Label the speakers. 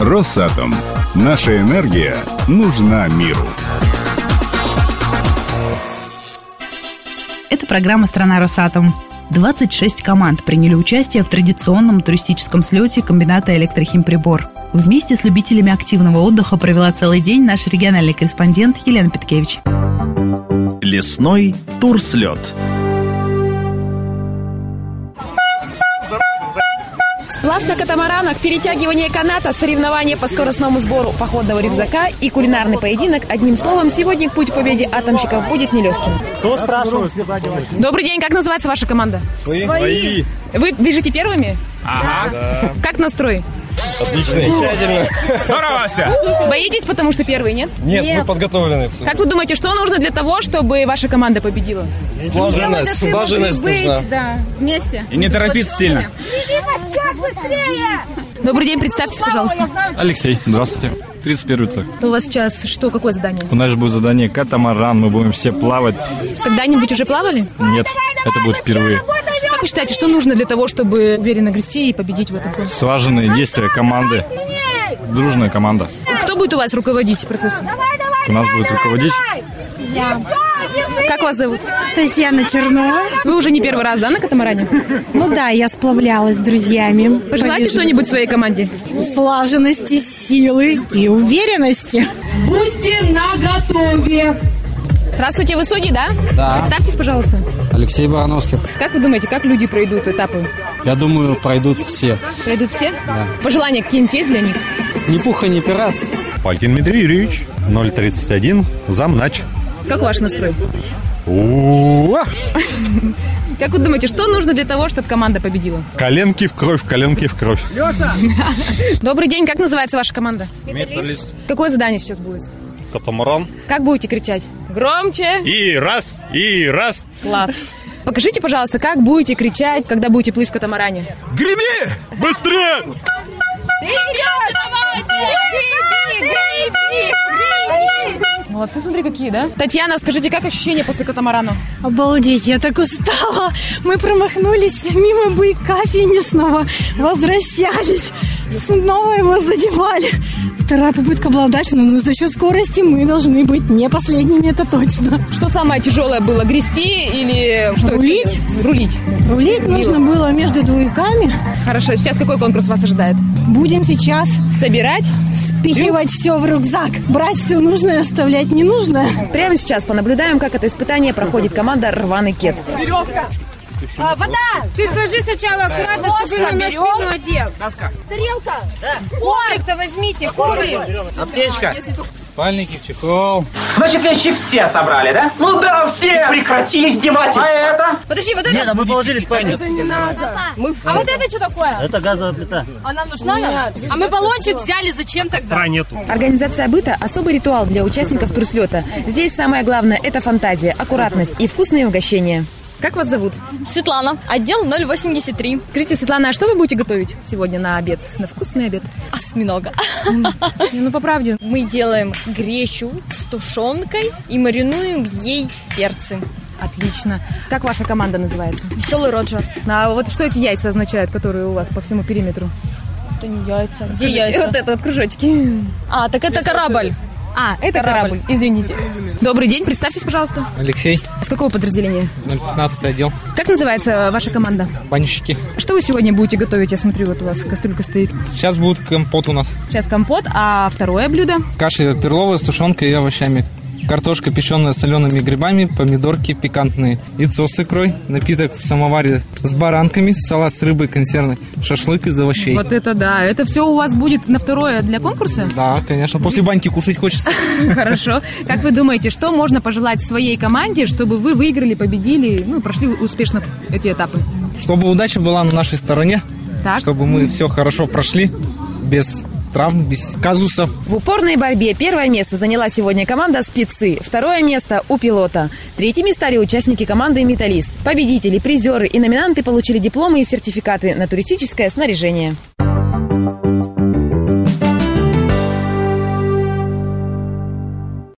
Speaker 1: Росатом. Наша энергия нужна миру.
Speaker 2: Это программа «Страна Росатом». 26 команд приняли участие в традиционном туристическом слете комбината «Электрохимприбор». Вместе с любителями активного отдыха провела целый день наш региональный корреспондент Елена Петкевич.
Speaker 3: Лесной турслет.
Speaker 4: Сплав на катамаранах, перетягивание каната, соревнования по скоростному сбору походного рюкзака и кулинарный поединок. Одним словом, сегодня путь к победе атомщиков будет нелегким.
Speaker 5: Кто спрашивает?
Speaker 6: Добрый день, как называется ваша команда?
Speaker 5: Свои?
Speaker 6: Вы бежите первыми? Ага. Как настрой?
Speaker 5: Замечательно.
Speaker 6: Боитесь, потому что первые, нет?
Speaker 5: Нет, мы подготовлены.
Speaker 6: Как вы думаете, что нужно для того, чтобы ваша команда победила?
Speaker 5: Слаженность, слаженность нужна.
Speaker 7: И не торопиться сильно.
Speaker 6: Добрый день, представьтесь, пожалуйста.
Speaker 7: Алексей, здравствуйте. 31 цех.
Speaker 6: У вас сейчас что, какое задание?
Speaker 7: У нас же будет задание катамаран, мы будем все плавать.
Speaker 6: Когда-нибудь уже плавали?
Speaker 7: Нет, это будет впервые.
Speaker 6: Как вы считаете, что нужно для того, чтобы уверенно грести и победить в этом конкурсе?
Speaker 7: Слаженные действия команды. Дружная команда.
Speaker 6: Кто будет у вас руководить процессом?
Speaker 7: У нас будет руководить.
Speaker 6: Как вас зовут?
Speaker 8: Татьяна Чернова.
Speaker 6: Вы уже не первый раз, да, на катамаране?
Speaker 8: Ну да, я сплавлялась с друзьями.
Speaker 6: Пожелайте что-нибудь своей команде.
Speaker 8: Слаженности, силы и уверенности.
Speaker 6: Здравствуйте, вы судьи, да? Да. Представьтесь, пожалуйста.
Speaker 9: Алексей Барановских.
Speaker 6: Как вы думаете, как люди пройдут этапы?
Speaker 9: Я думаю, пройдут все.
Speaker 6: Пройдут все? Пожелания какие-нибудь есть для них?
Speaker 9: Ни пуха, ни пера.
Speaker 10: Палькин Дмитрий Юрьевич, 031, замнач.
Speaker 6: Как ваш настрой?
Speaker 10: Уа!
Speaker 6: Как вы думаете, что нужно для того, чтобы команда победила?
Speaker 10: Коленки в кровь, коленки в кровь.
Speaker 6: Добрый день, как называется ваша команда? Какое задание сейчас будет?
Speaker 10: Катамаран.
Speaker 6: Как будете кричать? Громче!
Speaker 10: И раз, и раз.
Speaker 6: Класс! Покажите, пожалуйста, как будете кричать, когда будете плыть в катамаране?
Speaker 10: Греби! Быстрее!
Speaker 6: Молодцы, смотри, какие, да? Татьяна, скажите, как ощущения после катамарана?
Speaker 8: Обалдеть, я так устала. Мы промахнулись мимо буйка финишного. Возвращались. Снова его задевали. Вторая попытка была удачна, но за счет скорости мы должны быть не последними, это точно.
Speaker 6: Что самое тяжелое было, грести или что?
Speaker 8: Рулить.
Speaker 6: Рулить.
Speaker 8: Рулить нужно было между двойками.
Speaker 6: Хорошо, сейчас какой конкурс вас ожидает?
Speaker 8: Будем сейчас
Speaker 6: Собирать?
Speaker 8: впихивать все в рюкзак. Брать все нужное, оставлять ненужное.
Speaker 4: Прямо сейчас понаблюдаем, как это испытание проходит команда «Рваный кет».
Speaker 6: А,
Speaker 11: вода! Ты сложи сначала аккуратно, чтобы он на спину одел. Тарелка! Коврик-то возьмите, коврик!
Speaker 5: Аптечка.
Speaker 9: Спальники, чехол.
Speaker 12: Значит, вещи все собрали, да? Ну да, все! Прекрати издевательство! А это?
Speaker 11: Подожди, вот
Speaker 5: Нет,
Speaker 11: это...
Speaker 5: а мы положили спальник.
Speaker 11: А вот это что такое?
Speaker 5: Это газовая плита.
Speaker 11: Она нужна нам? А мы баллончик взяли, зачем тогда?
Speaker 5: нету.
Speaker 4: Организация быта – особый ритуал для участников турслета. Здесь самое главное – это фантазия, аккуратность и вкусные угощения.
Speaker 6: Как вас зовут?
Speaker 11: Светлана, отдел 083.
Speaker 6: Скажите, Светлана, а что вы будете готовить сегодня на обед? На вкусный обед?
Speaker 11: Осьминога.
Speaker 6: Ну, по правде.
Speaker 11: Мы делаем гречу с тушенкой и маринуем ей перцы.
Speaker 6: Отлично. Как ваша команда называется?
Speaker 11: Веселый Роджер.
Speaker 6: А вот что эти яйца означают, которые у вас по всему периметру?
Speaker 11: Это не яйца. Где
Speaker 6: Скажите,
Speaker 11: яйца?
Speaker 6: Вот это вот кружочки.
Speaker 11: А, так это корабль.
Speaker 6: А, это корабль. Извините. Добрый день, представьтесь, пожалуйста.
Speaker 9: Алексей,
Speaker 6: С какого подразделения?
Speaker 9: 015 отдел.
Speaker 6: Как называется ваша команда?
Speaker 9: Банщики.
Speaker 6: Что вы сегодня будете готовить? Я смотрю, вот у вас кастрюлька стоит.
Speaker 9: Сейчас будет компот у нас.
Speaker 6: Сейчас компот, а второе блюдо?
Speaker 9: Каша перловая с тушенкой и овощами. Картошка, печеная с солеными грибами, помидорки пикантные, яйцо с икрой, напиток в самоваре с баранками, салат с рыбой консервной, шашлык из овощей.
Speaker 6: Вот это да. Это все у вас будет на второе для конкурса?
Speaker 9: Да, конечно, после баньки кушать хочется.
Speaker 6: Хорошо. Как вы думаете, что можно пожелать своей команде, чтобы вы выиграли, победили, ну, прошли успешно эти этапы?
Speaker 9: Чтобы удача была на нашей стороне,
Speaker 6: Так.
Speaker 9: чтобы мы все хорошо прошли, без травм, без казусов.
Speaker 4: В упорной борьбе первое место заняла сегодня команда «Спецы», второе место у пилота. Третьими стали участники команды «Металлист». Победители, призеры и номинанты получили дипломы и сертификаты на туристическое снаряжение.